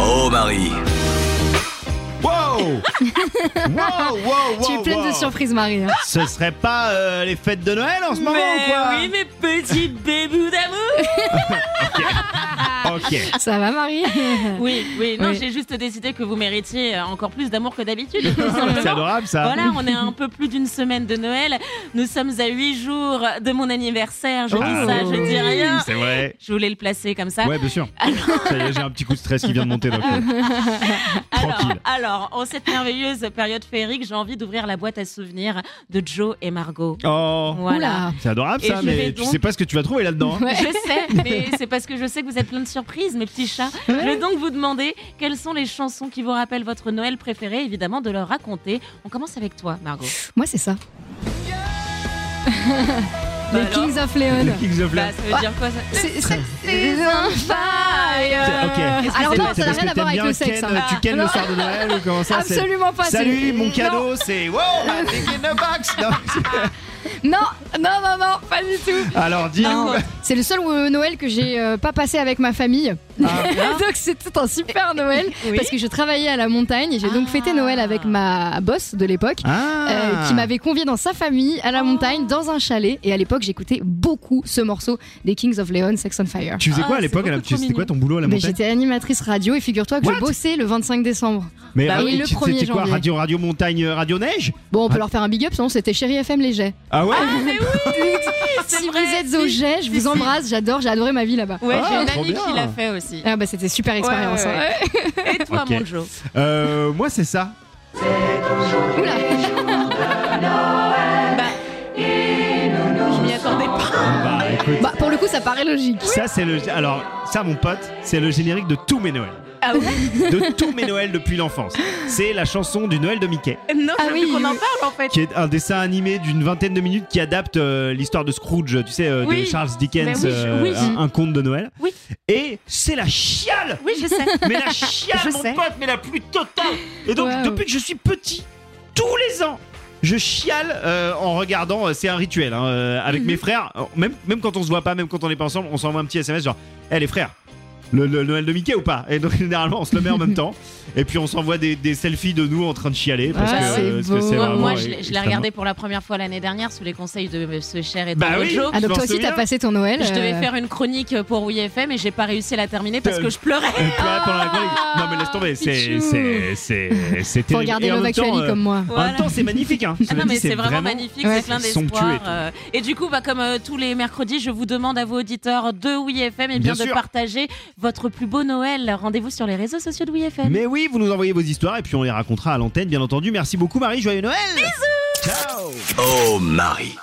Oh Marie Wow Wow, wow, wow, Tu es pleine wow. de surprises, Marie. hein. Ce serait pas euh, les fêtes de Noël en ce moment ou quoi oui, mes petits bébous d'amour Ok. Ça va, Marie Oui, oui, non, Oui. j'ai juste décidé que vous méritiez euh, encore plus d'amour que d'habitude. tout simplement. C'est adorable ça. Voilà, on est à un peu plus d'une semaine de Noël. Nous sommes à huit jours de mon anniversaire. Je dis Ah, ça, je dis rien. C'est vrai. Je voulais le placer comme ça. Ouais, bien sûr. Ça y est, J'ai un petit coup de stress qui vient de monter. d'un coup. Alors, Tranquille. alors, en cette merveilleuse période féerique, j'ai envie d'ouvrir la boîte à souvenirs de Joe et Margot. Oh. Voilà. Oula. C'est adorable Et ça, je mais vais tu donc- sais pas ce que tu vas trouver là-dedans. hein. Ouais. Je sais, mais c'est parce que je sais que vous êtes plein de surprises, mes petits chats. Je vais donc vous demander quelles sont les chansons qui vous rappellent votre Noël préféré, évidemment, de leur raconter. On commence avec toi, Margot. Moi, c'est ça. Bah Les alors Kings of Leon. Kings of Bah, Leon. ça veut dire quoi ça C'est un fire. Ok. Alors non, C'est ça n'a parce rien que à voir t'aimes avec bien le sexe. Ken, euh, hein. Tu kennes le soir de Noël ou comment ça c'est- Absolument pas. c'est- Salut, mon Non. cadeau, c'est wow, bah, I think in a box. Non, Non, non, non, non, pas du tout. c'est- Alors dis. Non. C'est le seul euh, Noël que j'ai euh, pas passé avec ma famille. Ah, donc c'était un super Noël Oui. parce que je travaillais à la montagne et j'ai donc Ah. fêté Noël avec ma boss de l'époque. Ah. euh, qui m'avait convié dans sa famille Oh. à la montagne dans un chalet et à l'époque j'écoutais beaucoup ce morceau des Kings of Leon Sex on Fire. Tu faisais quoi à Ah, c'est l'époque à la- beaucoup tu- trop C'était quoi ton boulot à la Mais montagne j'étais animatrice radio et figure-toi que What je bossais le 25 décembre. Mais Bah euh, oui, le tu- 1er c'était quoi janvier. Radio Radio Montagne euh, Radio Neige Bon, on peut Ah. leur faire un big up, sinon c'était Chéri FM les jets. Ah ouais Ah, c'est si vrai, vous êtes au si, jet, je vous embrasse, j'adore, j'ai adoré ma vie là-bas. Ouais, Ah, j'ai une trop amie bien. qui l'a fait aussi. Ah. Ah bah c'était super expérience. ouais, hein. Et toi, Ok. mon Joe Euh, Moi c'est ça. hein. Oula. Je m'y attendais pas. Bah écoute. Bah pour le coup ça paraît logique. Ça c'est le alors ça mon pote c'est le générique de tous mes Noëls Ah ouais de tous mes Noëls depuis l'enfance c'est la chanson du Noël de Mickey Non, Ah je veux oui, qu'on en oui. parle en fait. qui est un dessin animé d'une vingtaine de minutes qui adapte euh, l'histoire de Scrooge tu sais euh, de Oui. Charles Dickens Mais oui, euh, oui. un, un conte de Noël Oui. et c'est la chiale Oui, je sais. mais la chiale Je mon sais. pote mais la plus totale et donc Waouh. depuis que je suis petit tous les ans je chiale euh, en regardant, euh, c'est un rituel hein, euh, avec Mhm. mes frères, euh, même, même quand on se voit pas, même quand on n'est pas ensemble, on s'envoie un petit SMS genre Eh les frères, le, le Noël de Mickey ou pas Et donc généralement on se le met en même temps et puis on s'envoie des, des selfies de nous en train de chialer parce Ah, que euh, c'est parce que beau. c'est Moi, vraiment moi, je l'ai- je l'ai extrêmement- regardé pour la première fois l'année dernière sous les conseils de euh, ce cher et Bah oui. Joe. Ah donc m'en toi aussi souviens. t'as passé ton Noël. Je devais euh, faire une chronique pour OuiFM et j'ai pas réussi à la terminer parce que je pleurais. Et puis, pendant la chronique- Ah, non mais laisse tomber, c'est Pichou. c'est c'est c'est Faut terrible. regarder Et en Love même temps, Actually euh, comme moi. En même Voilà. temps, c'est magnifique. Hein. Ah Cela non dit, mais c'est vraiment magnifique, Ouais, c'est plein c'est somptueux, d'espoir. quoi. euh, Et du coup, bah, comme euh, tous les mercredis, je vous demande à vos auditeurs de WeFM et eh bien, Bien de sûr. partager votre plus beau Noël. Rendez-vous sur les réseaux sociaux de WeFM. Mais oui, vous nous envoyez vos histoires et puis on les racontera à l'antenne, bien entendu. Merci beaucoup, Marie. Joyeux Noël. Bisous. Ciao. Oh Marie